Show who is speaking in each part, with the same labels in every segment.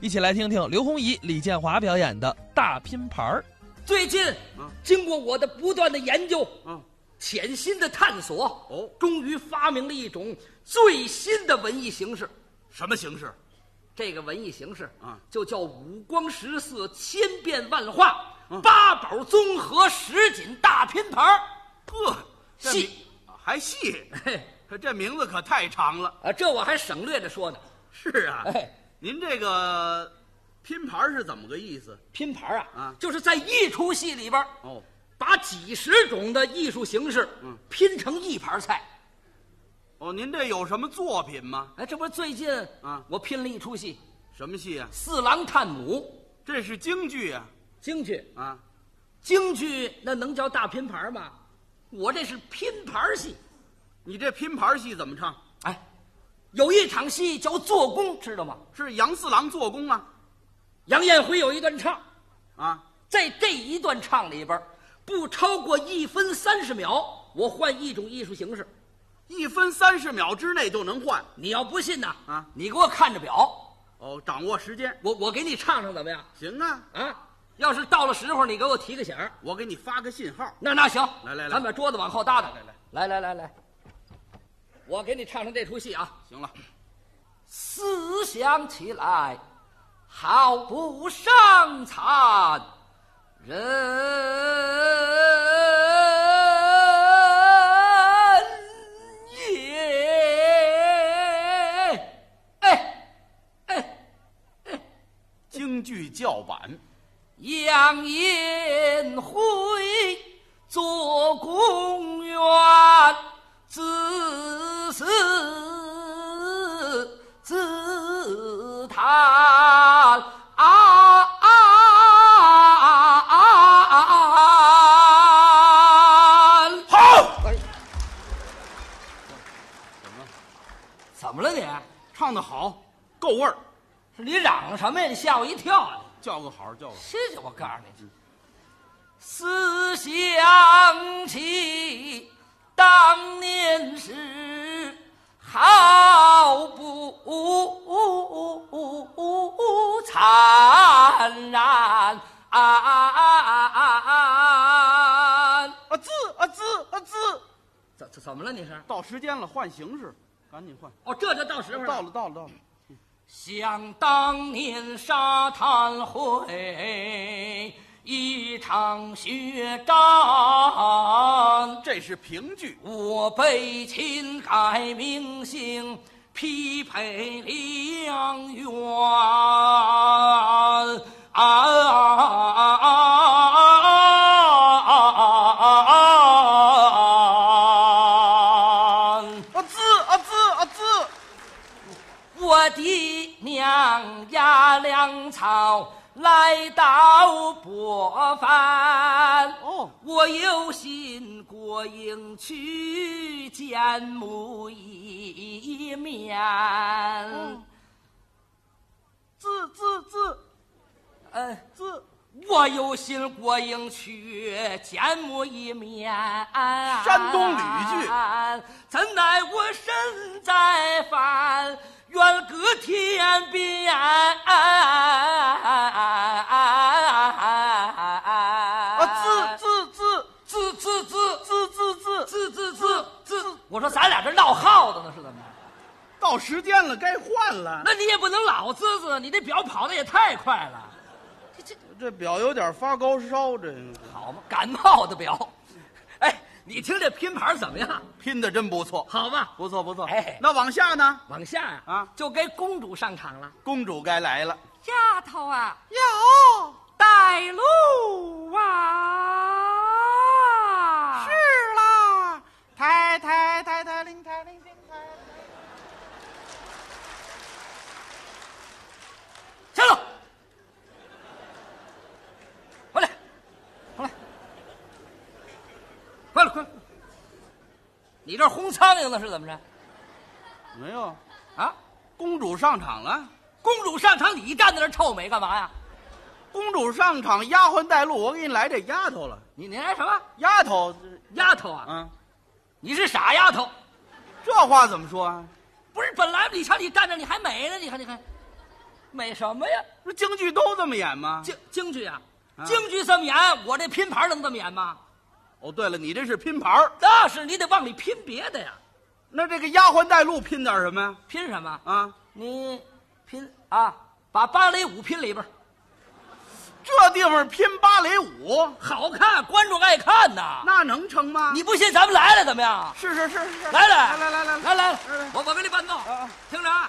Speaker 1: 一起来听听刘洪怡、李建华表演的《大拼盘儿》。
Speaker 2: 最近，
Speaker 3: 嗯
Speaker 2: 经过我的不断的研究、
Speaker 3: 嗯，
Speaker 2: 潜心的探索，
Speaker 3: 哦
Speaker 2: 终于发明了一种最新的文艺形式。
Speaker 3: 什么形式？
Speaker 2: 这个文艺形式
Speaker 3: 啊
Speaker 2: 就叫五光十色、千变万化、
Speaker 3: 啊
Speaker 2: 八宝综合、十锦大拼盘儿。
Speaker 3: 呵，这
Speaker 2: 戏
Speaker 3: 名啊还 戏，
Speaker 2: 嘿，
Speaker 3: 可这名字可太长了。
Speaker 2: 啊，这我还省略着说呢。
Speaker 3: 是啊，
Speaker 2: 哎
Speaker 3: 您这个拼盘是怎么个意思？
Speaker 2: 拼盘儿啊，
Speaker 3: 啊
Speaker 2: 就是在一出戏里边儿，
Speaker 3: 哦，
Speaker 2: 把几十种的艺术形式，
Speaker 3: 嗯
Speaker 2: 拼成一盘菜。
Speaker 3: 哦，您这有什么作品吗？
Speaker 2: 哎，这不是最近
Speaker 3: 啊
Speaker 2: 我拼了一出戏
Speaker 3: 什么戏啊？
Speaker 2: 《四郎探母
Speaker 3: 这是京剧啊！》，
Speaker 2: 京剧，
Speaker 3: 啊，
Speaker 2: 京剧那能叫大拼盘吗？我这是拼盘儿戏。
Speaker 3: 你这拼盘戏怎么唱？
Speaker 2: 哎，有一场戏叫做工，知道吗？
Speaker 3: 是杨四郎做工啊？
Speaker 2: 杨艳辉有一段唱，
Speaker 3: 啊，
Speaker 2: 在这一段唱里边儿，不超过一分三十秒，我换一种艺术形式。
Speaker 3: 一分三十秒之内就能换
Speaker 2: 你要不信呐，
Speaker 3: 啊
Speaker 2: 你给我看着表，
Speaker 3: 哦，掌握时间
Speaker 2: 我我给你唱唱怎么样？
Speaker 3: 行啊！
Speaker 2: 啊，要是到了时候，你给我提个醒儿。
Speaker 3: 我给你发个信号，
Speaker 2: 那那行，
Speaker 3: 来来来
Speaker 2: 咱把桌子往后搭搭，
Speaker 3: 来
Speaker 2: 来
Speaker 3: 来
Speaker 2: 来来来，我给你唱唱这出戏啊。
Speaker 3: 行了。
Speaker 2: 思想起来，好不伤残人也。哎哎，
Speaker 3: 京剧叫板，
Speaker 2: 杨延辉做公园自私自叹啊啊啊！
Speaker 3: 好，
Speaker 2: 怎么了你？
Speaker 3: 唱的好，够味儿，
Speaker 2: 你嚷什么呀？你吓我一跳啊！
Speaker 3: 叫个好，叫个好。
Speaker 2: 谢谢，我告诉你，思想起当年时，好不灿烂。
Speaker 3: 啊滋啊滋啊滋！
Speaker 2: 怎怎怎么了？你是？
Speaker 3: 到时间了，换形式，赶紧换。
Speaker 2: 哦，这就到时候
Speaker 3: 到了，到了，到了。
Speaker 2: 想当年沙滩会一场血战，
Speaker 3: 这是评剧，
Speaker 2: 我被秦改名姓，匹配良缘。啊
Speaker 3: 啊滋啊滋啊滋！
Speaker 2: 我的娘呀，粮草来到博番，
Speaker 3: 哦
Speaker 2: 我有心过营去见母一面。
Speaker 3: 滋滋滋
Speaker 2: 呃，
Speaker 3: 滋！
Speaker 2: 我有心过营去见母一面。
Speaker 3: 山东吕剧
Speaker 2: 怎奈我身在凡，远隔天边。
Speaker 3: 啊滋滋滋
Speaker 2: 滋滋滋
Speaker 3: 滋滋滋！
Speaker 2: 滋滋滋滋！我说咱俩这闹耗子呢，是怎么着？
Speaker 3: 到时间了，该换了。
Speaker 2: 那你也不能老滋滋，你这表跑的也太快了，
Speaker 3: 这表有点发高烧，这
Speaker 2: 好嘛，感冒的表。哎，你听这拼盘怎么样？
Speaker 3: 拼的真不错，
Speaker 2: 好吧，
Speaker 3: 不错不错。
Speaker 2: 哎
Speaker 3: 那往下呢？
Speaker 2: 往下呀、
Speaker 3: 啊
Speaker 2: 就该公主上场了。
Speaker 3: 公主该来了。
Speaker 2: 丫头啊，
Speaker 3: 哟，
Speaker 2: 带路啊！是
Speaker 3: 啦，抬抬抬抬铃抬铃铃抬。
Speaker 2: 下楼，回来，回来，快了，快了！你这轰苍蝇呢是怎么着？
Speaker 3: 没有，
Speaker 2: 啊，
Speaker 3: 公主上场了。
Speaker 2: 公主上场，你站在那儿臭美干嘛呀？
Speaker 3: 公主上场，丫鬟带路，我给你来这丫头了。
Speaker 2: 你你来什么？
Speaker 3: 丫头，
Speaker 2: 丫头啊，
Speaker 3: 啊，
Speaker 2: 你是傻丫头，
Speaker 3: 这话怎么说啊？
Speaker 2: 不是？本来你瞧你站着你还美呢，你看你看，美什么呀？
Speaker 3: 不是京剧都这么演吗？
Speaker 2: 京京剧啊
Speaker 3: 啊，
Speaker 2: 京剧这么演，我这拼盘能这么演吗？
Speaker 3: 哦，对了，你这是拼盘儿
Speaker 2: 那是你得往里拼别的呀，
Speaker 3: 那这个丫鬟带路拼点什么呀？
Speaker 2: 拼什么？
Speaker 3: 啊，
Speaker 2: 你拼啊，把芭蕾舞拼里边儿，
Speaker 3: 这地方拼芭蕾舞，
Speaker 2: 好看，观众爱看呐。
Speaker 3: 那能成吗？
Speaker 2: 你不信，咱们来了，怎么样？
Speaker 3: 是是是是，
Speaker 2: 来
Speaker 3: 来
Speaker 2: 来
Speaker 3: 来来来
Speaker 2: 来来来
Speaker 3: 来来，
Speaker 2: 我我给你伴奏
Speaker 3: 啊，
Speaker 2: 听着啊。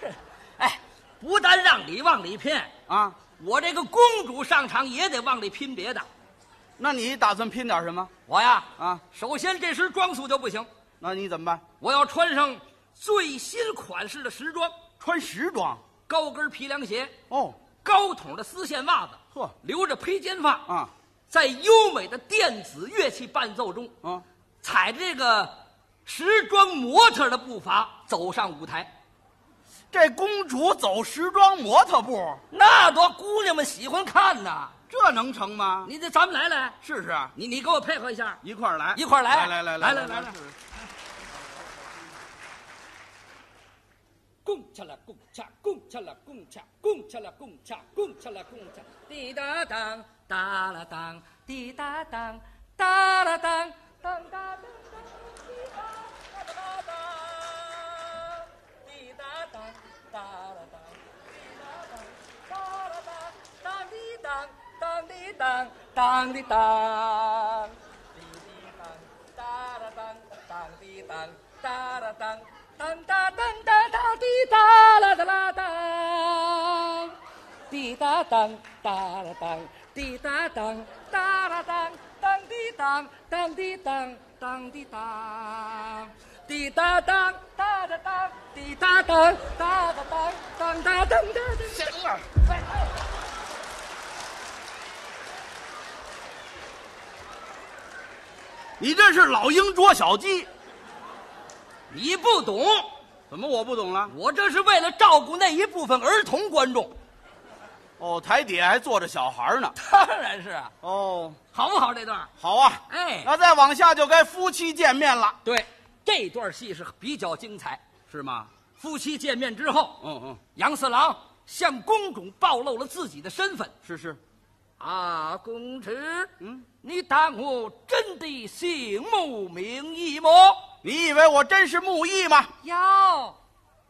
Speaker 2: 这，哎，不单让你往里拼，
Speaker 3: 啊，
Speaker 2: 我这个公主上场也得往里拼别的。
Speaker 3: 那你打算拼点什么
Speaker 2: 我呀，
Speaker 3: 啊？
Speaker 2: 首先这身装束就不行，
Speaker 3: 那你怎么办？
Speaker 2: 我要穿上最新款式的时装，
Speaker 3: 穿时装
Speaker 2: 高跟皮凉鞋，
Speaker 3: 哦，
Speaker 2: 高筒的丝线袜子，
Speaker 3: 呵
Speaker 2: 留着披肩发
Speaker 3: 啊，
Speaker 2: 在优美的电子乐器伴奏中，
Speaker 3: 啊，
Speaker 2: 踩着这个时装模特的步伐走上舞台。
Speaker 3: 这公主走时装模特步，
Speaker 2: 那多姑娘们喜欢看呐！
Speaker 3: 这能成吗？
Speaker 2: 你这咱们来来，
Speaker 3: 试试啊，
Speaker 2: 你你给我配合一下。
Speaker 3: 一块儿来，
Speaker 2: 一块儿来
Speaker 3: 来来
Speaker 2: 来
Speaker 3: 来
Speaker 2: 来来
Speaker 3: 试试
Speaker 2: 拱起来，拱起来，拱起来，拱起来，拱起来，拱起来，拱起来，拱起来，滴答当，哒啦当，滴答当，哒啦当，当哒当当，滴答哒啦当，滴答当，哒啦当，滴答当，哒啦当，当滴当，当滴当，当滴当，滴滴当，哒啦当，当滴当，哒啦当。当哒当哒哒滴哒啦哒啦当，滴答当哒啦当，滴答当哒啦当，当滴当当滴当当滴当，滴答当哒哒当，滴答当哒哒当当哒当哒当。
Speaker 3: 行了，你这是老鹰捉小鸡，
Speaker 2: 你不懂，
Speaker 3: 怎么我不懂了？
Speaker 2: 我这是为了照顾那一部分儿童观众。
Speaker 3: 哦，台底下还坐着小孩儿呢。
Speaker 2: 当然是啊，
Speaker 3: 哦，
Speaker 2: 好不好这段？
Speaker 3: 好啊，
Speaker 2: 哎
Speaker 3: 那再往下就该夫妻见面了，
Speaker 2: 对，这段戏是比较精彩。
Speaker 3: 是吗？
Speaker 2: 夫妻见面之后，
Speaker 3: 嗯嗯，
Speaker 2: 杨四郎向公主暴露了自己的身份。
Speaker 3: 是是，
Speaker 2: 啊，公子，
Speaker 3: 嗯，
Speaker 2: 你当我真的姓慕名义吗？
Speaker 3: 你以为我真是木易吗？
Speaker 4: 哟，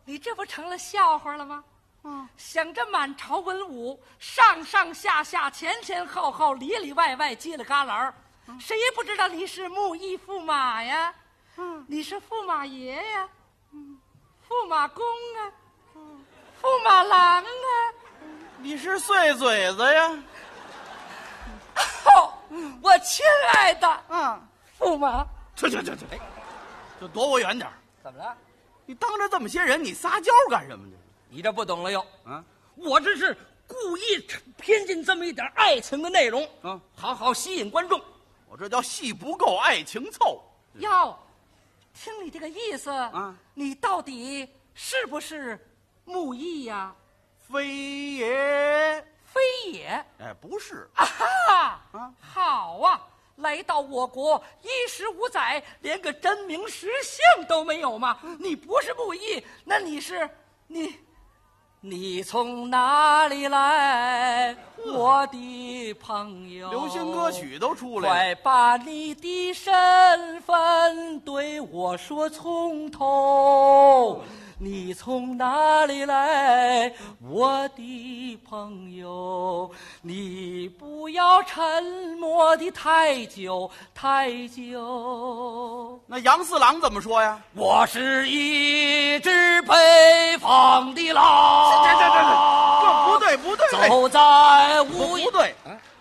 Speaker 4: 你这不成了笑话了吗？嗯，想着满朝文武，上上下下，前前后后，里里外外，叽里嘎啦儿，谁也不知道你是木易驸马呀，嗯，你是驸马爷呀，嗯，驸马公啊，驸马郎啊，
Speaker 3: 你是碎嘴子呀？
Speaker 4: 哦，我亲爱的
Speaker 3: 嗯，
Speaker 4: 驸马，
Speaker 3: 去去去去，哎，就躲我远点儿
Speaker 2: 怎么了？
Speaker 3: 你当着这么些人，你撒娇干什么呢？
Speaker 2: 你这不懂了又？
Speaker 3: 啊，
Speaker 2: 我这是故意偏进这么一点爱情的内容，
Speaker 3: 嗯，
Speaker 2: 好好吸引观众。
Speaker 3: 我这叫戏不够，爱情凑。
Speaker 4: 哟，听你这个意思，
Speaker 3: 啊
Speaker 4: 你到底是不是木易呀？
Speaker 3: 非也，
Speaker 4: 非也。
Speaker 3: 哎，不是，
Speaker 4: 啊哈
Speaker 3: 啊
Speaker 4: 好啊！来到我国衣食无载，连个真名实姓都没有吗？你不是布衣，那你是你，你从哪里来，我的朋友？
Speaker 3: 流行歌曲都出来了，
Speaker 4: 快把你的身份对我说从头，你从哪里来，我的朋友？你不要沉默的太久太久。
Speaker 3: 那杨四郎怎么说呀？
Speaker 2: 我是一只北方的狼，
Speaker 3: 哦这这这这，这不对不对，啊
Speaker 2: 走在无
Speaker 3: 不不对，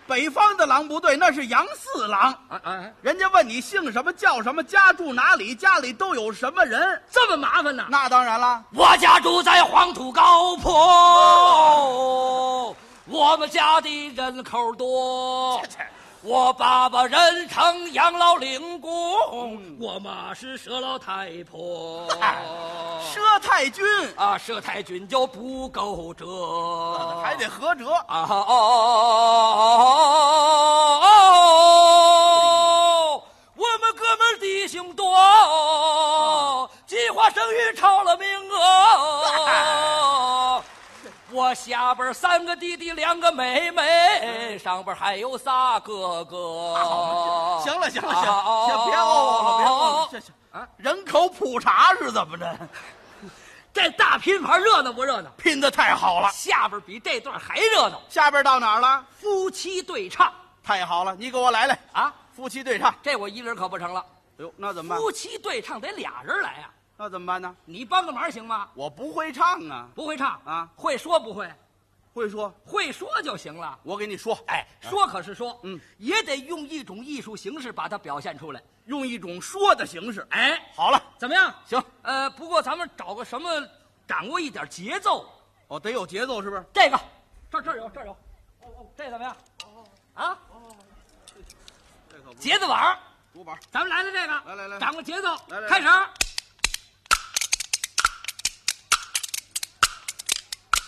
Speaker 3: 北方的狼不对，那是杨四郎。
Speaker 5: 哎哎，
Speaker 3: 人家问你姓什么叫什么，家住哪里，家里都有什么人，
Speaker 2: 这么麻烦呢？
Speaker 3: 那当然了。
Speaker 2: 我家住在黄土高坡，我们家的人口多。我爸爸人称养老领工，我妈是佘老太婆。
Speaker 3: 佘太君
Speaker 2: 啊，佘太君就不够折，
Speaker 3: 还得合辙。
Speaker 2: 啊哦哦哦！我们哥们儿弟兄多，计划生育超了名额。我下边三个弟弟，两个妹妹，上边还有仨哥哥。
Speaker 3: 行了行了行了，行别哦了，别哦了，行行啊，人口普查是怎么着？
Speaker 2: 这大拼盘热闹不热闹？
Speaker 3: 拼的太好了。
Speaker 2: 下边比这段还热闹，
Speaker 3: 下边到哪儿了？
Speaker 2: 夫妻对唱
Speaker 3: 太好了，你给我来来
Speaker 2: 啊！
Speaker 3: 夫妻对唱。
Speaker 2: 这我一人可不成了，
Speaker 3: 哎呦，那怎么办？
Speaker 2: 夫妻对唱得俩人来啊！
Speaker 3: 那怎么办呢？
Speaker 2: 你帮个忙行吗？
Speaker 3: 我不会唱啊，
Speaker 2: 不会唱
Speaker 3: 啊
Speaker 2: 会说不会？
Speaker 3: 会说，
Speaker 2: 会说就行了。
Speaker 3: 我给你说。
Speaker 2: 哎，说可是说，
Speaker 3: 嗯，
Speaker 2: 也得用一种艺术形式把它表现出来。
Speaker 3: 用一种说的形式。
Speaker 2: 哎，
Speaker 3: 好了，
Speaker 2: 怎么样？
Speaker 3: 行，
Speaker 2: 呃，不过咱们找个什么，掌握一点节奏。
Speaker 3: 哦，得有节奏是不是？
Speaker 2: 这个，这这儿有，这儿有，哦哦，这怎么样？啊，
Speaker 3: 哦这可不
Speaker 2: 节奏板儿，
Speaker 3: 竹板。
Speaker 2: 咱们来了这个，
Speaker 3: 来来来
Speaker 2: 掌握节奏，
Speaker 3: 来来来
Speaker 2: 开始。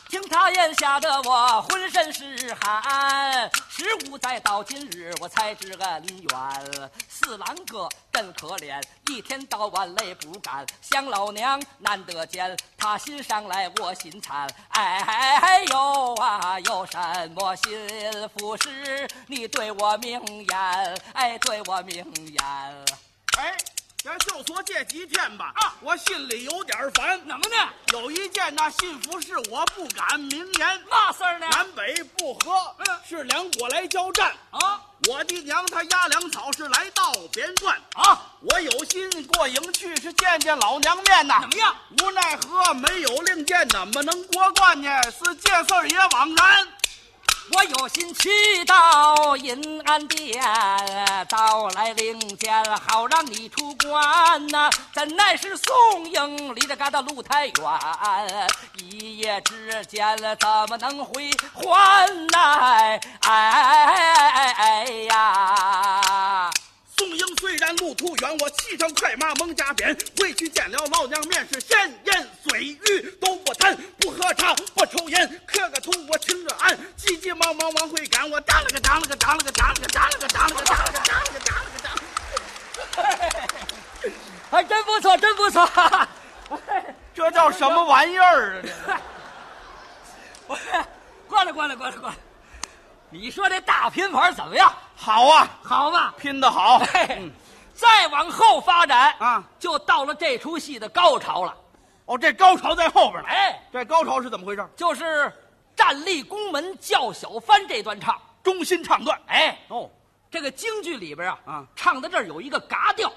Speaker 2: 听他言吓得我浑身是汗，十五载到今日我才知恩怨。四郎哥真可怜，一天到晚泪不干，想老娘难得见，他心上来我心馋。哎呦啊，有什么心腹事？你对我明言，哎，对我明言。
Speaker 3: 哎，咱就说这几天吧，啊，我心里有点烦。
Speaker 2: 怎么呢？
Speaker 3: 有一件那信服是我不敢明言，
Speaker 2: 嘛事儿呢？
Speaker 3: 南北不和，
Speaker 2: 嗯
Speaker 3: 是两国来交战。
Speaker 2: 啊
Speaker 3: 我的娘，她压粮草是来到边转。
Speaker 2: 啊，
Speaker 3: 我有心过营去，是见见老娘面呐。
Speaker 2: 怎么样？
Speaker 3: 无奈何没有令箭，怎么能过关呢？是这事儿也枉然。
Speaker 2: 我有心去到银安殿，到来领见，好让你出关呐、怎奈是宋营离这旮瘩路太远，一夜之间怎么能回还呐？哎哎哎哎呀！
Speaker 3: 宋英虽然路途远，我气上快马蒙加鞭，回去见了老娘面，是闲言碎语都不谈，不喝茶，不抽烟，磕个头我请个安，急急忙忙往回赶，我打了个打了个打了个打了个打了个打了个打了个打了个打了个打了个，
Speaker 2: 还哎真不错，真不错。
Speaker 3: 这叫什么玩意儿啊？
Speaker 2: 过来，过来，过来，过来。你说这大拼盘怎么样？
Speaker 3: 好啊，
Speaker 2: 好吧？
Speaker 3: 拼的好，嗯
Speaker 2: 嘿，再往后发展
Speaker 3: 啊，
Speaker 2: 就到了这出戏的高潮了。
Speaker 3: 哦，这高潮在后边呢。
Speaker 2: 哎，
Speaker 3: 这高潮是怎么回事？
Speaker 2: 就是站立宫门叫小番这段唱。
Speaker 3: 中心唱段。
Speaker 2: 哎，
Speaker 3: 哦
Speaker 2: 这个京剧里边啊，
Speaker 3: 啊
Speaker 2: 唱到这儿有一个嘎调，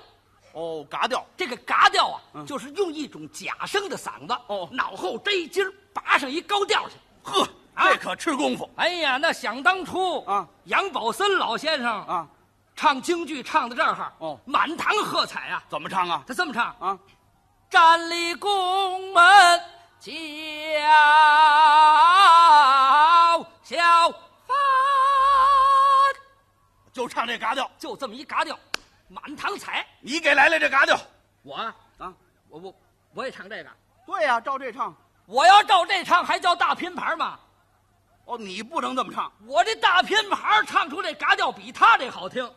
Speaker 3: 哦，嘎调。
Speaker 2: 这个嘎调啊，就是用一种假声的嗓子，
Speaker 3: 嗯哦
Speaker 2: 脑后摘筋儿拔上一高调去。
Speaker 3: 呵，
Speaker 2: 啊
Speaker 3: 这可吃功夫
Speaker 2: 哎呀，那想当初
Speaker 3: 啊
Speaker 2: 杨宝森老先生
Speaker 3: 啊！
Speaker 2: 唱京剧唱到这儿，
Speaker 3: 哦
Speaker 2: 满堂喝彩啊！
Speaker 3: 怎么唱啊？
Speaker 2: 他这么唱，
Speaker 3: 啊，
Speaker 2: 站立宫门叫小番，
Speaker 3: 就唱这嘎调。
Speaker 2: 就这么一嘎调，满堂彩。
Speaker 3: 你给来了这嘎调
Speaker 2: 我啊
Speaker 3: 啊？
Speaker 2: 我我我也唱这个，
Speaker 3: 对呀、照这唱。
Speaker 2: 我要照这唱还叫大拼盘吗？
Speaker 3: 哦，你不能这么唱，
Speaker 2: 我这大拼盘唱出这嘎调比他这好听，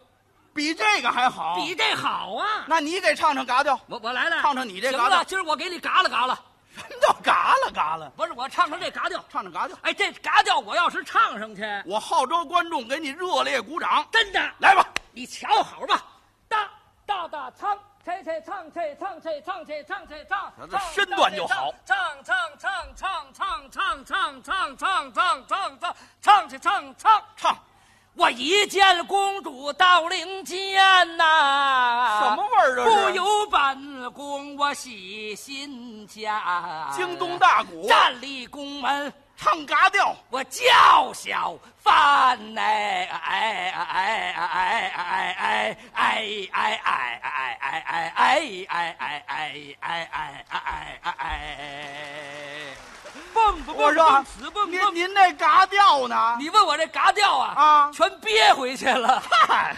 Speaker 3: 比这个还好。
Speaker 2: 比这好啊！
Speaker 3: 那你给唱唱嘎调，
Speaker 2: 我我来了，
Speaker 3: 唱唱你这
Speaker 2: 行
Speaker 3: 嘎
Speaker 2: 了，
Speaker 3: 调
Speaker 2: 今儿我给你嘎了嘎了，
Speaker 3: 什么叫嘎啦嘎啦？
Speaker 2: 不是我唱唱这嘎调，
Speaker 3: 唱唱嘎调，
Speaker 2: 哎，这嘎调我要是唱上去，
Speaker 3: 我号召观众给你热烈鼓掌。
Speaker 2: 真的
Speaker 3: 来吧，
Speaker 2: 你瞧好吧，大大大唱，切切唱切唱切唱切唱切唱，唱唱唱唱唱唱唱唱唱唱唱唱唱去唱唱。
Speaker 3: 唱
Speaker 2: 我一见公主到灵间呐，
Speaker 3: 什么味儿这是？
Speaker 2: 啊不由本宫我喜心间，
Speaker 3: 京东大鼓，
Speaker 2: 站立宫门
Speaker 3: 唱嘎调，
Speaker 2: 我叫小范呐，哎哎哎哎哎哎哎哎哎哎哎哎哎哎哎哎哎哎哎哎哎哎！蹦不
Speaker 3: 我
Speaker 2: 蹦
Speaker 3: 说
Speaker 2: 蹦词蹦
Speaker 3: 您
Speaker 2: 蹦，
Speaker 3: 您那嘎调呢？
Speaker 2: 你问我这嘎调啊？
Speaker 3: 啊
Speaker 2: 全憋回去了。
Speaker 3: 嗨，